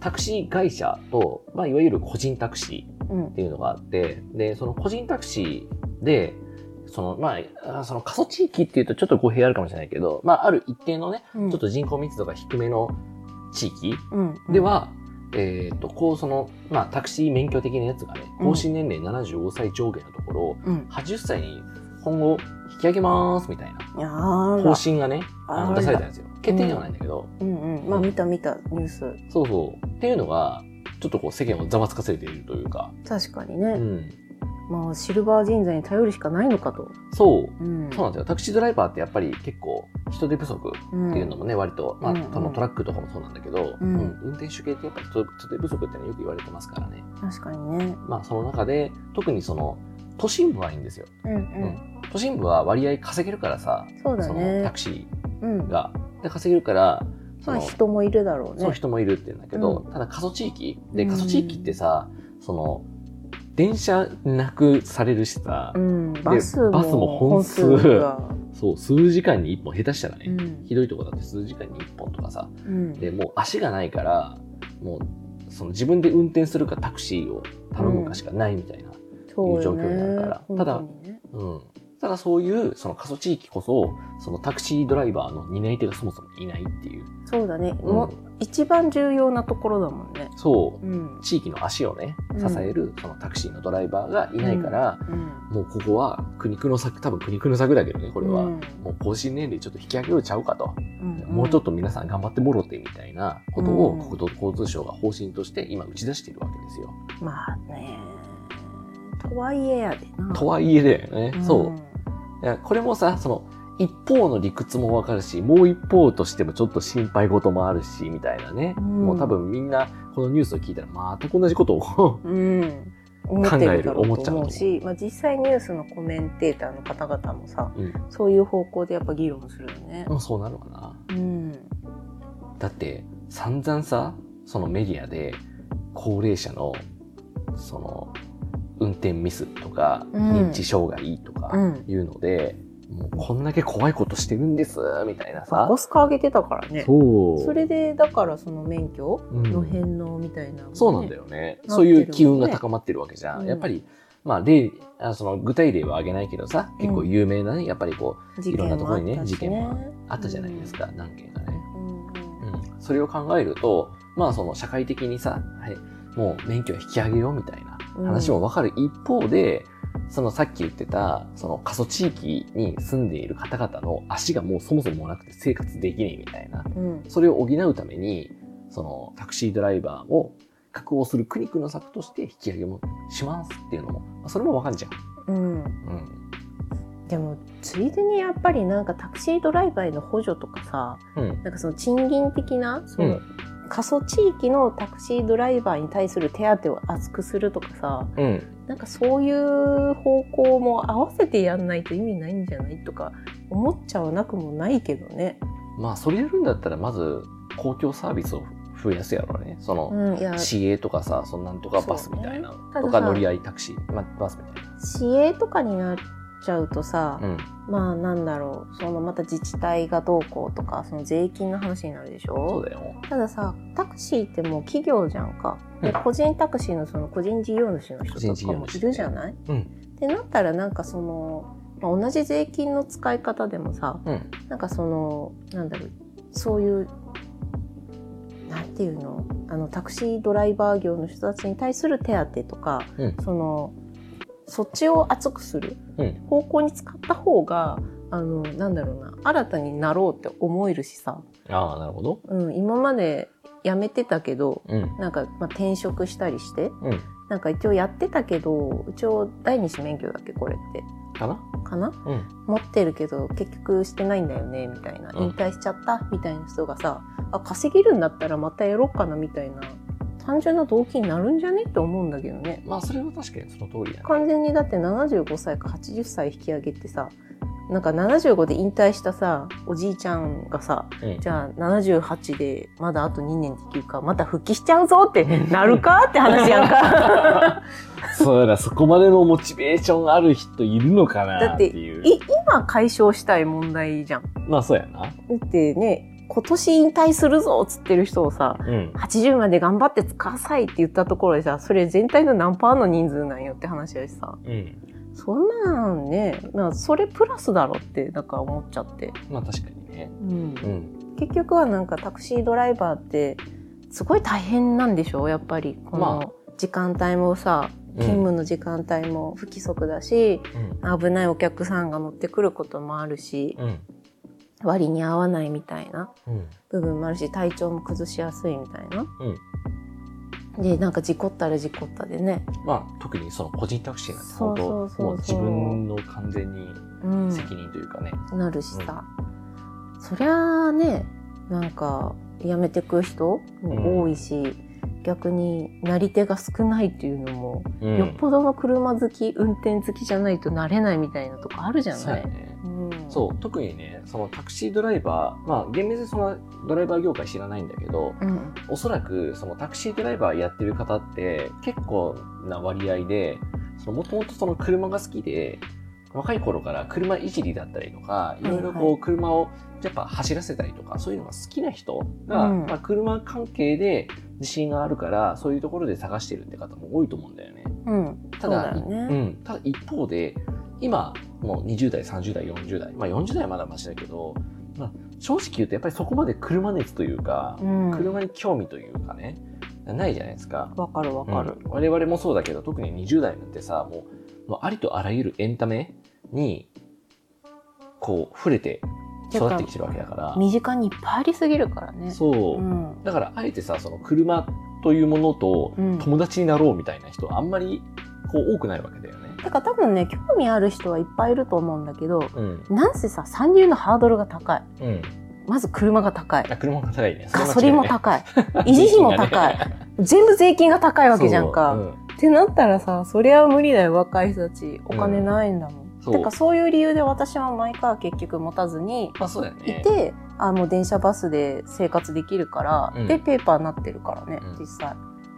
[SPEAKER 2] タクシー会社と、まあ、いわゆる個人タクシー
[SPEAKER 1] うん
[SPEAKER 2] っていうのがあってでその個人タクシーでそのまああその過疎地域っていうとちょっと語弊あるかもしれないけど、まあ、ある一定のね
[SPEAKER 1] うん
[SPEAKER 2] ちょっと人口密度が低めの地域
[SPEAKER 1] うんうん
[SPEAKER 2] では、えっとこうその、まあ、タクシー免許的なやつがね
[SPEAKER 1] うん
[SPEAKER 2] 更新年齢75歳上限のところを
[SPEAKER 1] うん
[SPEAKER 2] 80歳に今後引き上げますみたいな
[SPEAKER 1] あー
[SPEAKER 2] 方
[SPEAKER 1] ら
[SPEAKER 2] 針がねあ
[SPEAKER 1] あ
[SPEAKER 2] の
[SPEAKER 1] ら
[SPEAKER 2] 出されたんですよ決定ではないんだけど、
[SPEAKER 1] うんうんまあ見た見たニュース
[SPEAKER 2] そうそうっていうのがちょっとこう世間をざわつかせているというか、
[SPEAKER 1] 確かにね、
[SPEAKER 2] うん、
[SPEAKER 1] まあシルバー人材に頼るしかないのかと、
[SPEAKER 2] そう
[SPEAKER 1] うん、
[SPEAKER 2] そうなんですよタクシードライバーってやっぱり結構人手不足っていうのもね、割と、まあ、
[SPEAKER 1] うんうん
[SPEAKER 2] そのトラックとかもそうなんだけど、
[SPEAKER 1] うん
[SPEAKER 2] うん運転手系ってやっぱ人人手不足ってのはよく言われてますからね、
[SPEAKER 1] うん、確かにね
[SPEAKER 2] まあ、その中で特にその都心部はいいんですよ
[SPEAKER 1] うんうん、
[SPEAKER 2] 都心部は割合稼げるからさ、
[SPEAKER 1] そうだ
[SPEAKER 2] そのタ
[SPEAKER 1] ね
[SPEAKER 2] クシ
[SPEAKER 1] うん
[SPEAKER 2] ーがで稼げるからそ
[SPEAKER 1] まあ
[SPEAKER 2] の、
[SPEAKER 1] 人もいるだろう
[SPEAKER 2] その
[SPEAKER 1] ね
[SPEAKER 2] 人もいるって言うんだけど、ただ過疎地域で過疎地域ってさ、その電車なくされるしさ、
[SPEAKER 1] うんバスも
[SPEAKER 2] バスも本数
[SPEAKER 1] が
[SPEAKER 2] そう数時間に1本下手したらね、
[SPEAKER 1] うん
[SPEAKER 2] ひどいとこだって数時間に1本とかさ
[SPEAKER 1] うん
[SPEAKER 2] でもう足がないからもうその自分で運転するかタクシーを頼むかしかないみたいな、
[SPEAKER 1] そうよ
[SPEAKER 2] いう状況になるから
[SPEAKER 1] ね
[SPEAKER 2] ただ
[SPEAKER 1] 本当にね
[SPEAKER 2] うん。ただそういう、その過疎地域こそ、そのタクシードライバーの担い手がそもそもいないっていう。
[SPEAKER 1] そうだね、
[SPEAKER 2] う、
[SPEAKER 1] もうん一番重要なところだもんね
[SPEAKER 2] そう
[SPEAKER 1] う。ん
[SPEAKER 2] 地域の足をね、支
[SPEAKER 1] うん
[SPEAKER 2] える、そのタクシーのドライバーがいないから、
[SPEAKER 1] うん
[SPEAKER 2] もうここは苦肉の策、多分苦肉の策だけどね、こ
[SPEAKER 1] こ
[SPEAKER 2] れは。
[SPEAKER 1] うん
[SPEAKER 2] もう更新年齢ちょっと引き上げようちゃうかと、
[SPEAKER 1] ん
[SPEAKER 2] もうちょっ
[SPEAKER 1] と
[SPEAKER 2] と皆さん頑張ってもろてみたいなことを
[SPEAKER 1] うん
[SPEAKER 2] 国土交通省が方針として今打ち出しているわけですよ。
[SPEAKER 1] まあねとはいえやでな
[SPEAKER 2] とはいえだよね、そう
[SPEAKER 1] うん
[SPEAKER 2] いやこれもさその一方の理屈もわかるしもう一方としてもちょっと心配事もあるしみたいなね、
[SPEAKER 1] うん
[SPEAKER 2] もう多分みんなこのニュースを聞いたらまた同じことを
[SPEAKER 1] うん、思ってるだろ
[SPEAKER 2] 考える思
[SPEAKER 1] う
[SPEAKER 2] っち
[SPEAKER 1] と
[SPEAKER 2] ゃう
[SPEAKER 1] 思うし、まあ、実際ニュースのコメンテーターの方々もさ、
[SPEAKER 2] うん
[SPEAKER 1] そういう方向でやっぱ議論するよね。
[SPEAKER 2] もうそうなるかな。
[SPEAKER 1] うん、
[SPEAKER 2] だって散々さそのメディアで高齢者のその運転ミスとか
[SPEAKER 1] うん
[SPEAKER 2] 認知障害とか
[SPEAKER 1] うん
[SPEAKER 2] いうので、もうこんだけ怖いことしてるんですみたいなさ
[SPEAKER 1] バスカ上げてたからね。
[SPEAKER 2] そう
[SPEAKER 1] それでだからその免許
[SPEAKER 2] うん
[SPEAKER 1] の返納みたいな、
[SPEAKER 2] そうなんだ
[SPEAKER 1] よ。
[SPEAKER 2] よね
[SPEAKER 1] ってるもんね
[SPEAKER 2] そういう機運が高まってるわけじゃん、
[SPEAKER 1] うん
[SPEAKER 2] やっぱりまあ例あその具体例は挙げないけどさ結構有名なねやっぱりこう
[SPEAKER 1] 事
[SPEAKER 2] いろんなところにね
[SPEAKER 1] もあったし
[SPEAKER 2] 事件もあったじゃないですか、何件かね、
[SPEAKER 1] うんうん
[SPEAKER 2] うん、それを考えると、まあその社会的にさ、はい、もう免許引き上げようみたいな話もわかる一方で、そのさっき言ってた、その過疎地域に住んでいる方々の足がもうそもそもなくて生活できねえみたいな、
[SPEAKER 1] うん
[SPEAKER 2] それを補うために、そのタクシードライバーを確保する苦肉の策として引き上げもしますっていうのも、まあそれもわかるじゃん。
[SPEAKER 1] うん、
[SPEAKER 2] うん。
[SPEAKER 1] でもついでにやっぱりなんかタクシードライバーへの補助とかさ
[SPEAKER 2] うん。
[SPEAKER 1] なんかその賃金的なそうの
[SPEAKER 2] ん。
[SPEAKER 1] 過疎地域のタクシードライバーに対する手当を厚くするとかさ
[SPEAKER 2] うん。
[SPEAKER 1] なんかそういう方向も合わせてやんないと意味ないんじゃないとか思っちゃわなくもないけどね。
[SPEAKER 2] まあそれやるんだったら、まず公共サービスを増やすやろうね。その、
[SPEAKER 1] うん、いや
[SPEAKER 2] 市営とかさそのなんとかバスみたいな、
[SPEAKER 1] たださ
[SPEAKER 2] とか乗り合いタクシー、ま、バスみたい
[SPEAKER 1] 市営とかになっちゃうとさ、
[SPEAKER 2] な、うん、
[SPEAKER 1] まあなんだろうそのまた自治体がどうこうとかその税金の話になるでし
[SPEAKER 2] そう
[SPEAKER 1] ょ
[SPEAKER 2] だよ
[SPEAKER 1] たださタクシーってもう企業じゃんか、
[SPEAKER 2] う
[SPEAKER 1] で
[SPEAKER 2] ん
[SPEAKER 1] 個人タクシーのその個人事業主の人
[SPEAKER 2] 個人
[SPEAKER 1] と
[SPEAKER 2] 事
[SPEAKER 1] か
[SPEAKER 2] 業
[SPEAKER 1] も
[SPEAKER 2] 主
[SPEAKER 1] いるじゃない、
[SPEAKER 2] うん
[SPEAKER 1] ってなったらなんかその、まあ、同じ税金の使い方でもさ
[SPEAKER 2] うん
[SPEAKER 1] なんかそのなんだろうそういうなんていうのあのタクシードライバー業の人たちに対する手当とか、
[SPEAKER 2] うん
[SPEAKER 1] そのそっちを厚くする
[SPEAKER 2] うん
[SPEAKER 1] 方向に使った方があのなんだろうな新たになろうって思えるしさ、
[SPEAKER 2] ああなるほど
[SPEAKER 1] うん、今まで辞めてたけど
[SPEAKER 2] うん
[SPEAKER 1] なんか、まあ、転職したりして
[SPEAKER 2] うん
[SPEAKER 1] なんか一応やってたけど一応第二子免許だっけこれって
[SPEAKER 2] かな
[SPEAKER 1] かな
[SPEAKER 2] うん
[SPEAKER 1] 持ってるけど結局してないんだよねみたいな
[SPEAKER 2] うん
[SPEAKER 1] 引退しちゃったみたいな人がさあ稼げるんだったらまたやろうかなみたいな単純な動機になるんじゃねって思うんだけどね。
[SPEAKER 2] まあそれは確かにその通りやね
[SPEAKER 1] 完全にだって75歳か80歳引き上げてさなんか75で引退したさおじいちゃんがさ、
[SPEAKER 2] うん
[SPEAKER 1] じゃあ78でまだあと2年できるかまた復帰しちゃうぞ ってなるかって話やんか
[SPEAKER 2] そうだそこまでのモチベーションある人いるのか
[SPEAKER 1] だ
[SPEAKER 2] な
[SPEAKER 1] っ
[SPEAKER 2] ってていう
[SPEAKER 1] い今解消したい問題じゃんだ
[SPEAKER 2] まあそうやな
[SPEAKER 1] ってね今年引退するぞっつってる人をさ
[SPEAKER 2] うん
[SPEAKER 1] 80まで頑張って使わさいって言ったところでさそれ全体の何パーの人数なんよって話やしさ
[SPEAKER 2] うん
[SPEAKER 1] そんなんねまあそれプラスだろってなんか思っちゃって。
[SPEAKER 2] まあ確かにね
[SPEAKER 1] うん
[SPEAKER 2] うん
[SPEAKER 1] 結局はなんかタクシードライバーってすごい大変なんでしょやっぱりこ
[SPEAKER 2] ま
[SPEAKER 1] の時間帯もさ
[SPEAKER 2] うん
[SPEAKER 1] 勤務の時間帯も不規則だし、
[SPEAKER 2] うん
[SPEAKER 1] 危ないお客さんが乗ってくることもあるし
[SPEAKER 2] うん
[SPEAKER 1] 割に合わないみたいな
[SPEAKER 2] うん
[SPEAKER 1] 部分もあるし体調も崩しやすいみたいな。でなんか事故ったら事故ったでね、
[SPEAKER 2] まあ特にその個人タクシーなんて本
[SPEAKER 1] そ
[SPEAKER 2] 当
[SPEAKER 1] うそうそうそう
[SPEAKER 2] もう自分の完全に
[SPEAKER 1] うん、
[SPEAKER 2] 責任というかね、
[SPEAKER 1] なるしさ、そりゃあねなんか辞めてく人も多いし、逆になり手が少ないっていうのも
[SPEAKER 2] うん
[SPEAKER 1] よっぽどの車好き運転好きじゃないとなれないみたいなとこあるじゃ
[SPEAKER 2] そう
[SPEAKER 1] な
[SPEAKER 2] や
[SPEAKER 1] い、
[SPEAKER 2] ね
[SPEAKER 1] うん、
[SPEAKER 2] そう特にねそのタクシードライバーまあ厳密にそのドライバー業界知らないんだけど
[SPEAKER 1] う、ん、
[SPEAKER 2] おそらくそのタクシードライバーやってる方って結構な割合でもともとその車が好きで若い頃から車いじりだったりとかいろいろ
[SPEAKER 1] はい
[SPEAKER 2] こう車をやっぱ走らせたりとかそういうのが好きな人が、
[SPEAKER 1] うん
[SPEAKER 2] まあ、車関係で自信があるからそういうところで探してるって方も多いと思うんだよね。
[SPEAKER 1] うん、
[SPEAKER 2] た
[SPEAKER 1] そ
[SPEAKER 2] だ
[SPEAKER 1] うだよ
[SPEAKER 2] う
[SPEAKER 1] ね、
[SPEAKER 2] ん、ただ一方で今もう20代30代40代、まあ、40代はまだマシだけど、まあ、正直言うとやっぱりそこまで車熱というか、
[SPEAKER 1] うん
[SPEAKER 2] 車に興味というかねないじゃないですか。
[SPEAKER 1] わかるわかる、
[SPEAKER 2] うん我々もそうだけど特に20代なんてさもうもうありとあらゆるエンタメにこう触れて育ってきてるわけだから
[SPEAKER 1] 身近にいっぱいありすぎるからね
[SPEAKER 2] そう、
[SPEAKER 1] ん、
[SPEAKER 2] だからあえてさその車というものと
[SPEAKER 1] うん
[SPEAKER 2] 友達になろうみたいな人はあんまりこう多くないわけだよね。
[SPEAKER 1] てか多分ね興味ある人はいっぱいいると思うんだけど
[SPEAKER 2] うん
[SPEAKER 1] なんせさ参入のハードルが高い
[SPEAKER 2] うん
[SPEAKER 1] まず車が高い
[SPEAKER 2] あ車も高いね。
[SPEAKER 1] ガソリンも
[SPEAKER 2] い。
[SPEAKER 1] 高い。維持費も高い。全部税金が高いわけじゃんか。
[SPEAKER 2] そう
[SPEAKER 1] ってなったらさ、そりゃ無理だよ、若い人たち。お金ないんだもん。
[SPEAKER 2] そう
[SPEAKER 1] だからそういう理由で私はマイカー結局持たずに、
[SPEAKER 2] まあそうだよ
[SPEAKER 1] い
[SPEAKER 2] ね。
[SPEAKER 1] て、あもう電車バスで生活できるから、
[SPEAKER 2] うん
[SPEAKER 1] でペーパーになってるからね、
[SPEAKER 2] うん
[SPEAKER 1] 実際。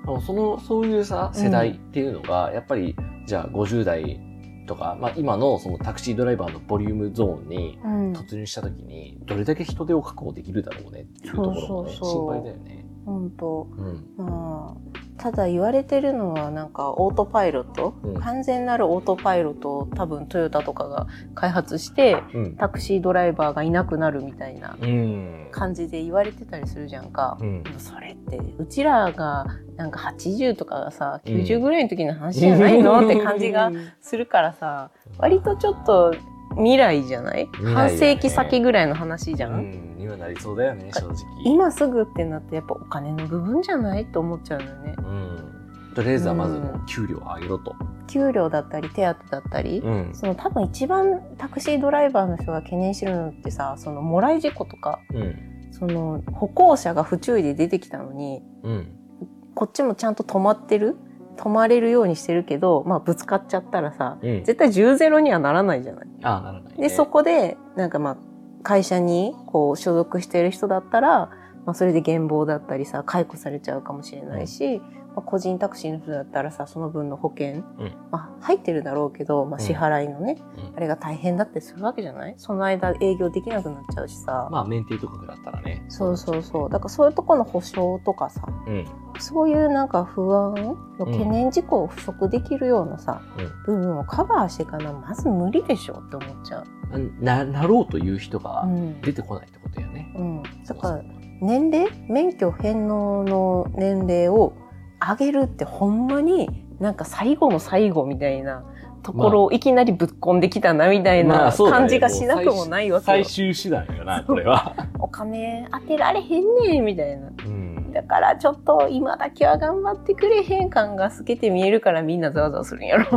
[SPEAKER 2] でもその、そういうさ、世代っていうのが、やっぱり、じゃあ50代とか、まあ今のそのタクシードライバーのボリュームゾーンに
[SPEAKER 1] うん、
[SPEAKER 2] 突入した時に、どれだけ人手を確保できるだろうねっていうところもね、
[SPEAKER 1] そうそうそう
[SPEAKER 2] 心配だよね。
[SPEAKER 1] 本当。
[SPEAKER 2] うん。
[SPEAKER 1] まあ、ただ言われてるのはなんかオートパイロット、
[SPEAKER 2] うん
[SPEAKER 1] 完全なるオートパイロットを多分トヨタとかが開発して
[SPEAKER 2] うん。
[SPEAKER 1] タクシードライバーがいなくなるみたいな
[SPEAKER 2] うん。
[SPEAKER 1] 感じで言われてたりするじゃんか
[SPEAKER 2] う。ん
[SPEAKER 1] でもそれってうちらがなんか80とかがさ
[SPEAKER 2] うん
[SPEAKER 1] 90ぐらいの時の話じゃないの、って感じがするからさ割とちょっと未来じゃない、
[SPEAKER 2] 未来だね
[SPEAKER 1] 半世紀先ぐらいの話じゃん、
[SPEAKER 2] うん、にはなりそうだよね、正直。
[SPEAKER 1] 今すぐってなってやっぱお金の部分じゃないと思っちゃうのよね
[SPEAKER 2] うん。とりあえずはまずもう給料を上げろと。
[SPEAKER 1] 給料だったり手当だったり、
[SPEAKER 2] うん。
[SPEAKER 1] その多分一番タクシードライバーの人が懸念してるのってさそのもらい事故とか
[SPEAKER 2] うん。
[SPEAKER 1] その歩行者が不注意で出てきたのに
[SPEAKER 2] うん。
[SPEAKER 1] こっちもちゃんと止まってる止まれるようにしてるけど、まあ、ぶつかっちゃったらさ
[SPEAKER 2] うん。
[SPEAKER 1] 絶対10ゼロにはならないじゃない。
[SPEAKER 2] ああ、ならない、ね。
[SPEAKER 1] で、そこで、なんかまあ、会社にこう所属している人だったら、まあ、それで減俸だったりさ、解雇されちゃうかもしれないし、まあ、個人タクシーの人だったらさ、その分の保険、
[SPEAKER 2] うん
[SPEAKER 1] まあ、入ってるだろうけど、まあ、
[SPEAKER 2] うん
[SPEAKER 1] 支払いのね、
[SPEAKER 2] うん
[SPEAKER 1] あれが大変だってするわけじゃないその間営業できなくなっちゃうしさ。
[SPEAKER 2] まあ、免停とかだったらね。
[SPEAKER 1] そうそうそう。だからそういうとこの保証とかさ、
[SPEAKER 2] うん。
[SPEAKER 1] そういうなんか不安の懸念事項を払拭できるようなさ、部分をカバーしていかな、まず無理でしょって思っちゃう。
[SPEAKER 2] うん。な、なろうという人が
[SPEAKER 1] うん
[SPEAKER 2] 出てこないってことやね。
[SPEAKER 1] うん、だか
[SPEAKER 2] そ
[SPEAKER 1] ら
[SPEAKER 2] うそう
[SPEAKER 1] 年齢免許返納の年齢を上げるってほんまになんか最後の最後みたいなところをいきなりぶっこんできたなみたい
[SPEAKER 2] ま
[SPEAKER 1] な
[SPEAKER 2] あそうだね
[SPEAKER 1] 感じがしなくもないわけよ
[SPEAKER 2] 最。終手段やな、これは。
[SPEAKER 1] お金当てられへんねんみたいな。
[SPEAKER 2] うん。
[SPEAKER 1] だからちょっと今だけは頑張ってくれへん感が透けて見えるからみんなざわざわするんやろ。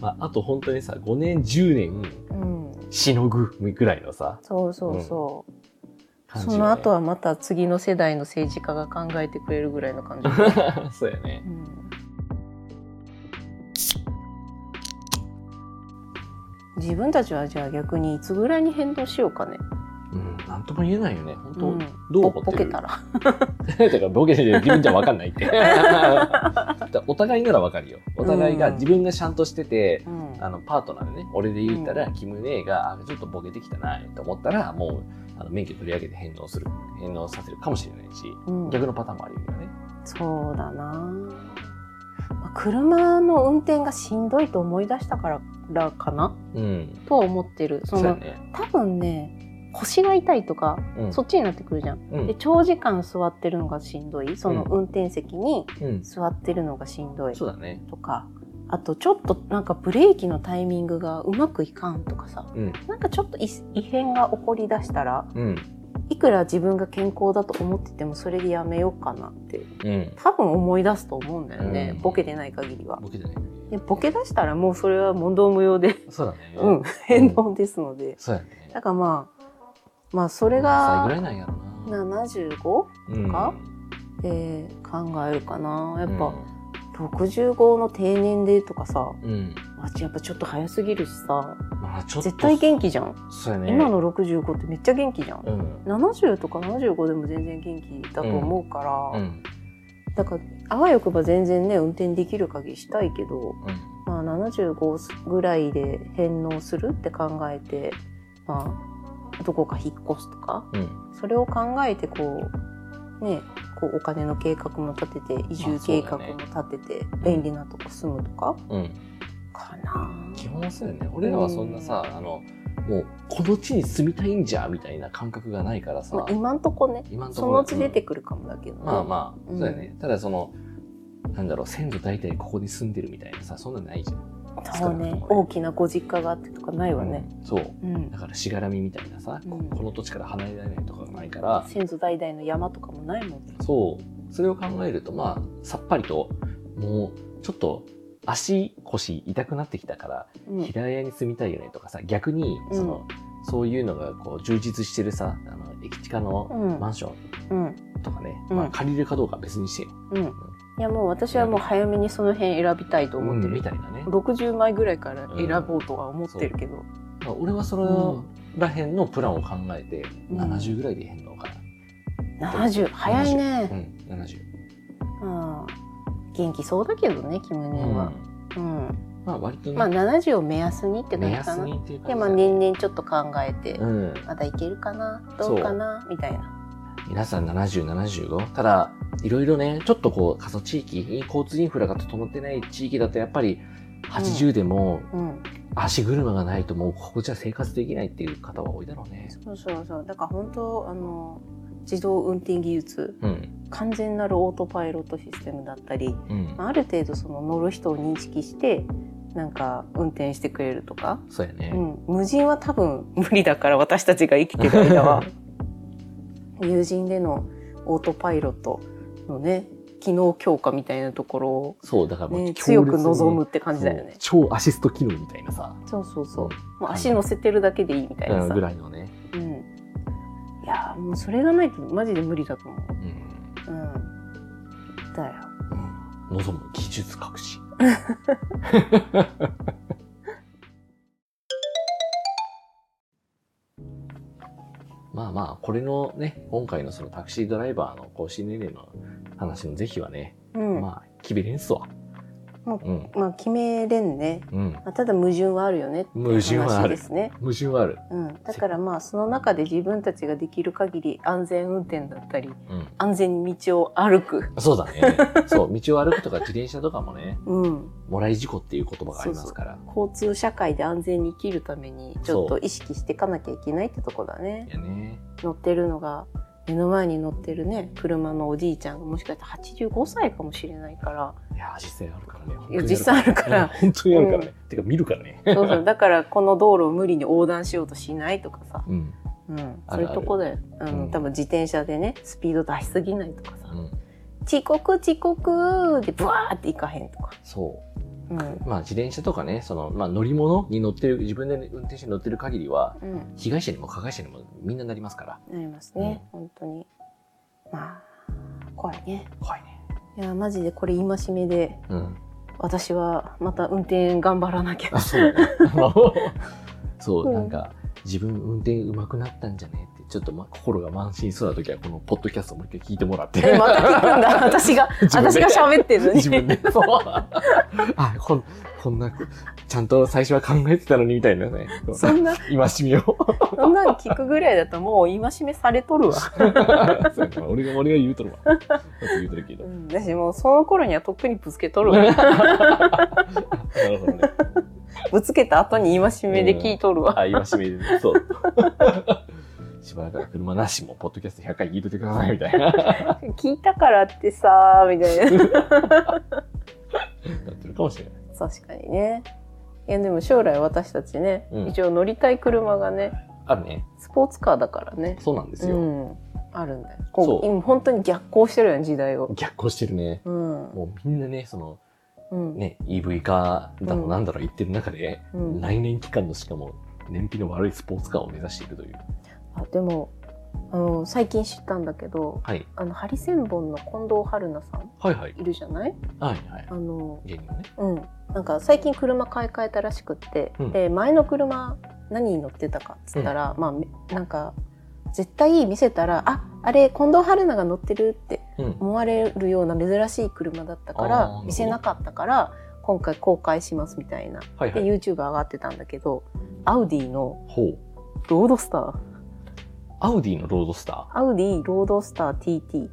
[SPEAKER 2] まあ、あと本当にさ、5年、10年、
[SPEAKER 1] うん、
[SPEAKER 2] しのぐぐらいのさ、
[SPEAKER 1] そうそうそう、
[SPEAKER 2] 感じ
[SPEAKER 1] そ
[SPEAKER 2] よね
[SPEAKER 1] の後はまた次の世代の政治家が考えてくれるぐらいの感じ。
[SPEAKER 2] そうやね。
[SPEAKER 1] 自分たちはじゃあ逆にいつぐらいに変動しようかね。
[SPEAKER 2] うん、なんとも言えないよね。本当、
[SPEAKER 1] うん
[SPEAKER 2] どう
[SPEAKER 1] ぼ
[SPEAKER 2] 思って
[SPEAKER 1] ぼけ
[SPEAKER 2] る
[SPEAKER 1] たら。
[SPEAKER 2] だからボケてて自分じゃ分かんない って。お互いなら分かるよ。お互いが自分がちゃんとしてて、
[SPEAKER 1] うん
[SPEAKER 2] あのパートナーでね、俺で言ったら、キムネが、あちょっとボケてきたなと思ったら、もうあの免許取り上げて返納する、返納させるかもしれないし、
[SPEAKER 1] うん
[SPEAKER 2] 逆のパターンもあるよね。
[SPEAKER 1] そうだな、まあ車の運転がしんどいと思い出したからかな
[SPEAKER 2] うん。
[SPEAKER 1] とは思ってる。そ
[SPEAKER 2] そうや
[SPEAKER 1] の
[SPEAKER 2] ね。
[SPEAKER 1] 多分ね腰が痛いとか、
[SPEAKER 2] うん
[SPEAKER 1] そっちになってくるじゃん。
[SPEAKER 2] うん
[SPEAKER 1] で長時間座ってるのがしんどいその
[SPEAKER 2] うん
[SPEAKER 1] 運転席に
[SPEAKER 2] うん。
[SPEAKER 1] 座ってるのがしんどい。
[SPEAKER 2] そうだね。
[SPEAKER 1] とかあとちょっとなんかブレーキのタイミングがうまくいかんとかさ
[SPEAKER 2] うん。
[SPEAKER 1] なんかちょっとい異変が起こりだしたら
[SPEAKER 2] うん。
[SPEAKER 1] いくら自分が健康だと思っててもそれでやめようかなって
[SPEAKER 2] うん。
[SPEAKER 1] 多分思い出すと思うんだよね、
[SPEAKER 2] うん
[SPEAKER 1] ボケてない限りは。
[SPEAKER 2] ボケじゃない。
[SPEAKER 1] でボケ出したらもうそれは問答無用で、
[SPEAKER 2] そうだね。
[SPEAKER 1] うん、変動ですので、
[SPEAKER 2] そうやね。
[SPEAKER 1] だからまあまあそ
[SPEAKER 2] そ
[SPEAKER 1] れ
[SPEAKER 2] ぐら
[SPEAKER 1] が
[SPEAKER 2] いなんやろな。
[SPEAKER 1] 75
[SPEAKER 2] うん
[SPEAKER 1] かで考えるかなやっ
[SPEAKER 2] う
[SPEAKER 1] ぱ
[SPEAKER 2] ん
[SPEAKER 1] 65の定年でとかさ
[SPEAKER 2] うん。
[SPEAKER 1] あやっぱちょっと早すぎるしさ
[SPEAKER 2] まあちょっと
[SPEAKER 1] 絶対元気じゃん。
[SPEAKER 2] そうやね。
[SPEAKER 1] 今の65ってめっちゃ元気じゃん、
[SPEAKER 2] うん。
[SPEAKER 1] 70とか75でも全然元気だと思うから、
[SPEAKER 2] うん。
[SPEAKER 1] だからあわよくば全然ね運転できる限りしたいけど、
[SPEAKER 2] うん。
[SPEAKER 1] まあ、75ぐらいで返納するって考えて、まあ、どこか引っ越すとか
[SPEAKER 2] うん。
[SPEAKER 1] それを考えてこうねこうお金の計画も立てて移住計画も立てて、
[SPEAKER 2] ね
[SPEAKER 1] 便利なとこ住むとか
[SPEAKER 2] うん。
[SPEAKER 1] かな。
[SPEAKER 2] 基本はそうよね俺らはそんなさ、あのもうこの地に住みたいんじゃみたいな感覚がないからさ、
[SPEAKER 1] まあ、今んとこね
[SPEAKER 2] 今んと
[SPEAKER 1] そ
[SPEAKER 2] こ
[SPEAKER 1] のうち出て
[SPEAKER 2] く
[SPEAKER 1] くるかもだけどね、
[SPEAKER 2] まあまあ、
[SPEAKER 1] うん
[SPEAKER 2] そうだよねただそのなんだろう先祖代々ここに住んでるみたいなさそんなのないじゃん
[SPEAKER 1] そうね大きなご実家があってとかないわね、
[SPEAKER 2] うんそう
[SPEAKER 1] うん
[SPEAKER 2] だからしがらみみたいなさ、
[SPEAKER 1] うん
[SPEAKER 2] ここの土地から離れられないとかがないから
[SPEAKER 1] 先祖代々の山とかもないもんね
[SPEAKER 2] そうそれを考えるとまあさっぱりともうちょっと足腰痛くなってきたから
[SPEAKER 1] うん
[SPEAKER 2] 平屋に住みたいよねとかさ逆にその、そういうのがこう充実してるさあの駅地下の
[SPEAKER 1] うん
[SPEAKER 2] マンショ
[SPEAKER 1] うん
[SPEAKER 2] ンとかね、
[SPEAKER 1] うん
[SPEAKER 2] まあ、借りるかどうかは別にしてよ
[SPEAKER 1] うんいやもう私はもう早めにその辺選びたいと思って
[SPEAKER 2] うんみ
[SPEAKER 1] る、
[SPEAKER 2] たいなね。
[SPEAKER 1] 60枚ぐらいから選ぼうとは思ってるけど、
[SPEAKER 2] まあ俺はそれらへんのプランを考えて、
[SPEAKER 1] うん
[SPEAKER 2] 70ぐらいで変動か
[SPEAKER 1] 70早い
[SPEAKER 2] な。う
[SPEAKER 1] ね、
[SPEAKER 2] ん、70。
[SPEAKER 1] うん、元気そうだけどねキムネは、うん
[SPEAKER 2] まあ割とね、
[SPEAKER 1] まあ70を目安にって
[SPEAKER 2] 目
[SPEAKER 1] 感じか
[SPEAKER 2] 安
[SPEAKER 1] な
[SPEAKER 2] にっていうか、
[SPEAKER 1] でまあ年々ちょっと考えて、
[SPEAKER 2] うん。
[SPEAKER 1] まだいけるかなどうかなみたいな
[SPEAKER 2] 皆さん70、75? ただ、いろいろね、ちょっとこう、過疎地域に交通インフラが整ってない地域だと、やっぱり80でも
[SPEAKER 1] うん
[SPEAKER 2] 足車がないともうここじゃ生活できないっていう方は多いだろうね。
[SPEAKER 1] そうそうそうだから本当あの自動運転技術
[SPEAKER 2] うん。
[SPEAKER 1] 完全なるオートパイロットシステムだったり
[SPEAKER 2] うん。
[SPEAKER 1] まあある程度その乗る人を認識してなんか運転してくれるとか、
[SPEAKER 2] そうやね。
[SPEAKER 1] うん、無人は多分無理だから私たちが生きてる間は 友人でのオートパイロットのね機能強化みたいなところを
[SPEAKER 2] そう、だからもう、
[SPEAKER 1] ね、強く望むって感じだよね
[SPEAKER 2] そう。超アシスト機能みたいなさ。
[SPEAKER 1] そうそうそう。
[SPEAKER 2] うん
[SPEAKER 1] もう足乗せてるだけでいいみたいな
[SPEAKER 2] うん
[SPEAKER 1] さ。
[SPEAKER 2] ぐらいのね。
[SPEAKER 1] うん。いやーもうそれがないとマジで無理だと思う。
[SPEAKER 2] うん。
[SPEAKER 1] うん。だよ。
[SPEAKER 2] うん望む技術革新。 まあまあ、これのね、今回のそのタクシードライバーの更新年齢の話の是非はね、
[SPEAKER 1] うん。ま
[SPEAKER 2] まあ、キビれんすわ。
[SPEAKER 1] も
[SPEAKER 2] うん、
[SPEAKER 1] あ、決めれんね。
[SPEAKER 2] うん。
[SPEAKER 1] まあ、ただ矛盾はあるよね。
[SPEAKER 2] 矛盾はあ
[SPEAKER 1] 話
[SPEAKER 2] る
[SPEAKER 1] で。すね。
[SPEAKER 2] 矛盾はある。
[SPEAKER 1] うん。だからまあその中で自分たちができる限り安全運転だったり、
[SPEAKER 2] うん。
[SPEAKER 1] 安全に道を歩く。
[SPEAKER 2] そうだ ね。そう、道を歩くとか自転車とかもね、
[SPEAKER 1] うん。
[SPEAKER 2] もらい事故っていう言葉がありますから。
[SPEAKER 1] 交通社会で安全に生きるためにちょっと意識していかなきゃいけないってとこだね。
[SPEAKER 2] いやね。
[SPEAKER 1] 乗ってるのが目の前に乗ってるね車のおじいちゃんがもしかしたら85歳かもしれないから
[SPEAKER 2] いや、実際あるからね。
[SPEAKER 1] いや実際あるか
[SPEAKER 2] うん
[SPEAKER 1] ら
[SPEAKER 2] 本当にあるからね。てか見るからね。
[SPEAKER 1] そうそうだからこの道路を無理に横断しようとしないとかさ、
[SPEAKER 2] うん。
[SPEAKER 1] うん、
[SPEAKER 2] あ
[SPEAKER 1] そう
[SPEAKER 2] る
[SPEAKER 1] い
[SPEAKER 2] あ
[SPEAKER 1] う
[SPEAKER 2] る
[SPEAKER 1] とこだよあの、
[SPEAKER 2] うん
[SPEAKER 1] 多分自転車でねスピード出しすぎないとかさ
[SPEAKER 2] うん。
[SPEAKER 1] 「遅刻遅刻!」でブワーって行かへんとか、
[SPEAKER 2] そ
[SPEAKER 1] うん
[SPEAKER 2] う。まあ自転車とかね、その、まあ乗り物に乗ってる、自分で運転手に乗ってる限りは、
[SPEAKER 1] うん、
[SPEAKER 2] 被害者にも加害者にもみんななりますから。
[SPEAKER 1] なりますね、本当にまあ怖いね
[SPEAKER 2] 怖いね。
[SPEAKER 1] いやマジでこれ戒めで
[SPEAKER 2] うん。
[SPEAKER 1] 私はまた運転頑張らなきゃ
[SPEAKER 2] あ、そう だね。あのそう、
[SPEAKER 1] うん
[SPEAKER 2] なんか、自分運転上手くなったんじゃねって、ちょっと、ま、心が満身そうな時は、このポッドキャストをもう一回聞いてもらって。
[SPEAKER 1] えまた聞くんだ私が
[SPEAKER 2] 自分
[SPEAKER 1] 私
[SPEAKER 2] で
[SPEAKER 1] が喋ってるのに
[SPEAKER 2] 自分で。 そう。あ、こん、こんな、ちゃんと最初は考えてたのにみたいなね。
[SPEAKER 1] そんな
[SPEAKER 2] 今 しみを。
[SPEAKER 1] そんなん聞くぐらいだともう戒めされとるわ、
[SPEAKER 2] そうやな俺が、俺が言うとるわ。だって言うとるけ ど
[SPEAKER 1] う。ん、私もうその頃にはとっくにぶつけとるわ
[SPEAKER 2] なるほどね。
[SPEAKER 1] ぶつけた後に戒めで聞いとるわ、
[SPEAKER 2] あ、今しめで、そう。しばらくは車なしも、ポッドキャスト100回聞いといてください、みたいな。な
[SPEAKER 1] 聞いたからってさみたいな
[SPEAKER 2] ってるかもしれない。
[SPEAKER 1] 確かにねいやでも将来私たちね、
[SPEAKER 2] うん
[SPEAKER 1] 一応乗りたい車がね
[SPEAKER 2] あるね。
[SPEAKER 1] スポーツカーだからね
[SPEAKER 2] そうなんです
[SPEAKER 1] う
[SPEAKER 2] よ。
[SPEAKER 1] んあるんだよこ
[SPEAKER 2] そう
[SPEAKER 1] う今本当に逆行してるよね時代を
[SPEAKER 2] 逆行してるね。
[SPEAKER 1] うん
[SPEAKER 2] もうみんなね、その、
[SPEAKER 1] うん、
[SPEAKER 2] ね、EV 化だの
[SPEAKER 1] うん
[SPEAKER 2] なんだろう言ってる中で、
[SPEAKER 1] うん、
[SPEAKER 2] 来年期間のしかも燃費の悪いスポーツカーを目指しているという。
[SPEAKER 1] あでもあの最近知ったんだけど
[SPEAKER 2] はい。
[SPEAKER 1] あのハリセンボンの近藤春菜さん
[SPEAKER 2] はいはい。
[SPEAKER 1] いるじゃない
[SPEAKER 2] はいはい
[SPEAKER 1] あ。の
[SPEAKER 2] 芸人のね。
[SPEAKER 1] うんなんか最近車買い替えたらしくって、
[SPEAKER 2] うん
[SPEAKER 1] で前の車何に乗ってたかっつったら、まあめなんか絶対見せたらああれ近藤春菜が乗ってるって
[SPEAKER 2] うん。
[SPEAKER 1] 思われるような珍しい車だったか
[SPEAKER 2] あーなるほ
[SPEAKER 1] ら
[SPEAKER 2] ど
[SPEAKER 1] 見せなかったから今回公開しますみたいな
[SPEAKER 2] はいは
[SPEAKER 1] で
[SPEAKER 2] い。
[SPEAKER 1] YouTube 上がってたんだけどアウディの
[SPEAKER 2] ほう。
[SPEAKER 1] ロードスター
[SPEAKER 2] アウディのロードスター。は
[SPEAKER 1] アウディロードスター TT っ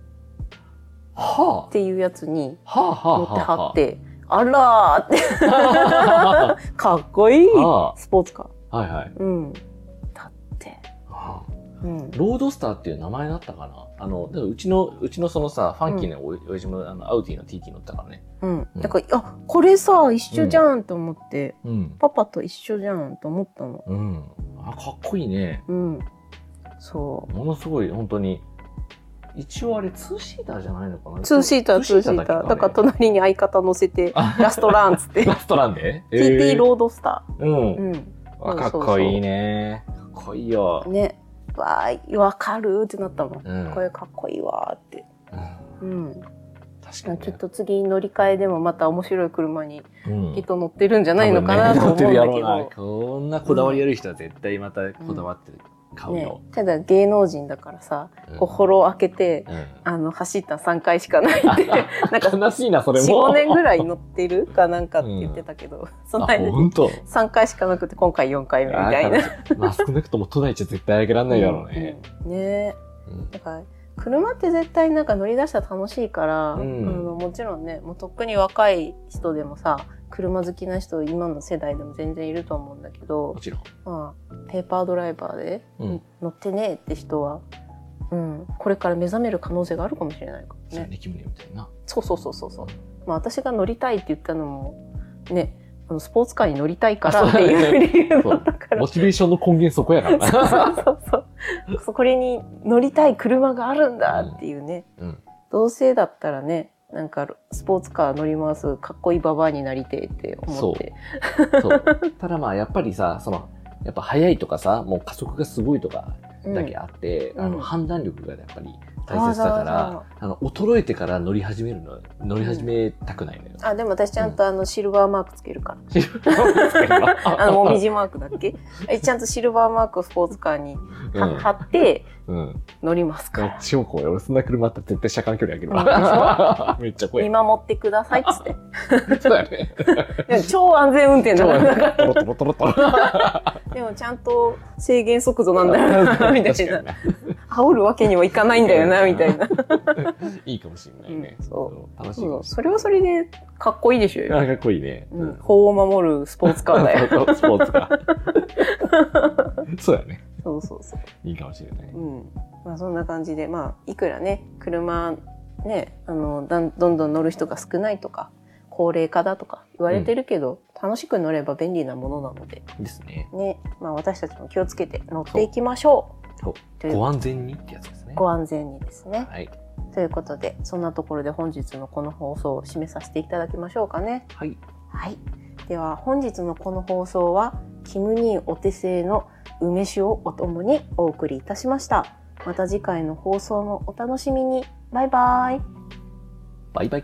[SPEAKER 2] あ。は
[SPEAKER 1] ていうやつに
[SPEAKER 2] あはあ
[SPEAKER 1] 乗って
[SPEAKER 2] はあ
[SPEAKER 1] は
[SPEAKER 2] は
[SPEAKER 1] ってあらーって
[SPEAKER 2] あ。
[SPEAKER 1] かっこいい
[SPEAKER 2] は
[SPEAKER 1] スポーツカー。
[SPEAKER 2] あ。はいはい。
[SPEAKER 1] うん。だって。
[SPEAKER 2] はあ
[SPEAKER 1] うん。
[SPEAKER 2] ロードスターっていう名前だったかなあの、だからうちの、うちのそのさ、ファンキーなお親父もあのアウディの TT 乗ったからね。
[SPEAKER 1] うん。だから、あ、これさ、一緒じゃんと思って、
[SPEAKER 2] うん。
[SPEAKER 1] パパと一緒じゃんと思ったの。
[SPEAKER 2] うん。あ、かっこいいね。
[SPEAKER 1] うん。そ
[SPEAKER 2] ものすごい、本当に。一応あれ、ツーシーターじゃないのかな
[SPEAKER 1] う。ツーシーター、ツーシーター。
[SPEAKER 2] だっけあれ
[SPEAKER 1] だから隣に相方乗せて、
[SPEAKER 2] あ
[SPEAKER 1] ラストランっつ って。
[SPEAKER 2] ラストなんで
[SPEAKER 1] TT
[SPEAKER 2] ー
[SPEAKER 1] ロードスタ
[SPEAKER 2] う
[SPEAKER 1] ー。
[SPEAKER 2] ん。
[SPEAKER 1] う
[SPEAKER 2] あかっこいいね。かっこいいよ
[SPEAKER 1] ん。。ね。わーい、わかるってなったもん。
[SPEAKER 2] うん。
[SPEAKER 1] これかっこいいわーって。
[SPEAKER 2] うん
[SPEAKER 1] うん。
[SPEAKER 2] 確か
[SPEAKER 1] あ
[SPEAKER 2] にね。
[SPEAKER 1] きっと次乗り換えでもまた面白い車に
[SPEAKER 2] うん
[SPEAKER 1] きっと乗ってるんじゃないのかなと思うんだけ
[SPEAKER 2] 多分ね乗ってるやろう
[SPEAKER 1] ど。
[SPEAKER 2] なこんなこだわりある人は絶対またこだわってる買う
[SPEAKER 1] ね
[SPEAKER 2] よ。、
[SPEAKER 1] ただ芸能人だからさ、こう、ほろ開けて、
[SPEAKER 2] うん
[SPEAKER 1] あの、走った3回しかないって、 なんか、4、
[SPEAKER 2] 悲しいな、それも。
[SPEAKER 1] 5年ぐらい乗ってるかなんかって言ってたけ ど、その
[SPEAKER 2] あ、
[SPEAKER 1] 間に
[SPEAKER 2] 本当。
[SPEAKER 1] 3回しかなくて、今回4回目みたいな。
[SPEAKER 2] あー悲しいまあ、少なくとも都内じゃ絶対あげられないだろうね。
[SPEAKER 1] うん。ね
[SPEAKER 2] うん
[SPEAKER 1] だから、車って絶対なんか乗り出したら楽しいから、
[SPEAKER 2] うん
[SPEAKER 1] あのもちろんね、もうとっくに若い人でもさ、車好きな人、今の世代でも全然いると思うんだけど
[SPEAKER 2] も、ちろん。
[SPEAKER 1] まあ、ペーパードライバーで
[SPEAKER 2] うん
[SPEAKER 1] 乗ってねえって人は、うん、これから目覚める可能性があるかもしれないから
[SPEAKER 2] そう
[SPEAKER 1] ね。
[SPEAKER 2] ね、キムネみたいな。
[SPEAKER 1] そうそうそうそうそう。まあ私が乗りたいって言ったのも、ね、あのスポーツカーに乗りたいからっていう理由だったから。
[SPEAKER 2] モチベーションの根源そこやから
[SPEAKER 1] そう
[SPEAKER 2] な。
[SPEAKER 1] そうそうそう。これに乗りたい車があるんだっていうね。
[SPEAKER 2] うん。
[SPEAKER 1] どうせだったらね、なんかスポーツカー乗り回すかっこいいババアになりてえって思って。
[SPEAKER 2] そう。ただまあ、やっぱりさ、その、やっぱ速いとかさ、もう加速がすごいとかだけあって、
[SPEAKER 1] うん
[SPEAKER 2] あの、判断力がやっぱり大切だから、あの、衰えてから乗り始めるの、乗り始めたくないのよ。
[SPEAKER 1] あ、でも私ちゃんとあのシルバーマークつけるから。あ
[SPEAKER 2] あ
[SPEAKER 1] の、もみじマークだっけえちゃんとシルバーマークをスポーツカーには貼って
[SPEAKER 2] うん。うん。
[SPEAKER 1] 乗ります
[SPEAKER 2] で
[SPEAKER 1] か
[SPEAKER 2] も
[SPEAKER 1] ら。
[SPEAKER 2] 超怖い。俺そんな車あったら絶対車間距離上げるわ。 めっちゃ怖
[SPEAKER 1] 見
[SPEAKER 2] い。
[SPEAKER 1] 守ってくださいっつって。
[SPEAKER 2] そうだよね。
[SPEAKER 1] でも超安全運転
[SPEAKER 2] ト
[SPEAKER 1] だから。
[SPEAKER 2] ロトロトロトロ。
[SPEAKER 1] でもちゃんと制限速度なんだよな、 みたいな
[SPEAKER 2] 確。か
[SPEAKER 1] 煽るわけにはいかないんだよな、みたいな。
[SPEAKER 2] に ねいいかもしれないね。
[SPEAKER 1] うんそ
[SPEAKER 2] 楽しいか
[SPEAKER 1] そう
[SPEAKER 2] もし
[SPEAKER 1] それはそれでかっこいいでしょう
[SPEAKER 2] れない。
[SPEAKER 1] よ。
[SPEAKER 2] あかっこいいね。
[SPEAKER 1] うん、法を守るスポーツカーだよ。
[SPEAKER 2] そう そうスポー ツか。そうだね。
[SPEAKER 1] そうそうそう。
[SPEAKER 2] いいかもしれない。
[SPEAKER 1] うん。まあそんな感じで、まあいくらね、車ね、あの、だんどんどん乗る人が少ないとか、高齢化だとか言われてるけど、楽しく乗れば便利なものなので、
[SPEAKER 2] ですね。
[SPEAKER 1] ね、まあ私たちも気をつけて乗っていきましょ
[SPEAKER 2] そう
[SPEAKER 1] う。という
[SPEAKER 2] ご安全にってやつですね。
[SPEAKER 1] ご安全にですね。
[SPEAKER 2] はい。
[SPEAKER 1] ということで、そんなところで本日のこの放送を締めさせていただきましょうかね。
[SPEAKER 2] はい。
[SPEAKER 1] はい。では本日のこの放送は、キムニーお手製の梅酒をお供にお送りいたしました。また次回の放送もお楽しみに。バイバイ。
[SPEAKER 2] バイバイ。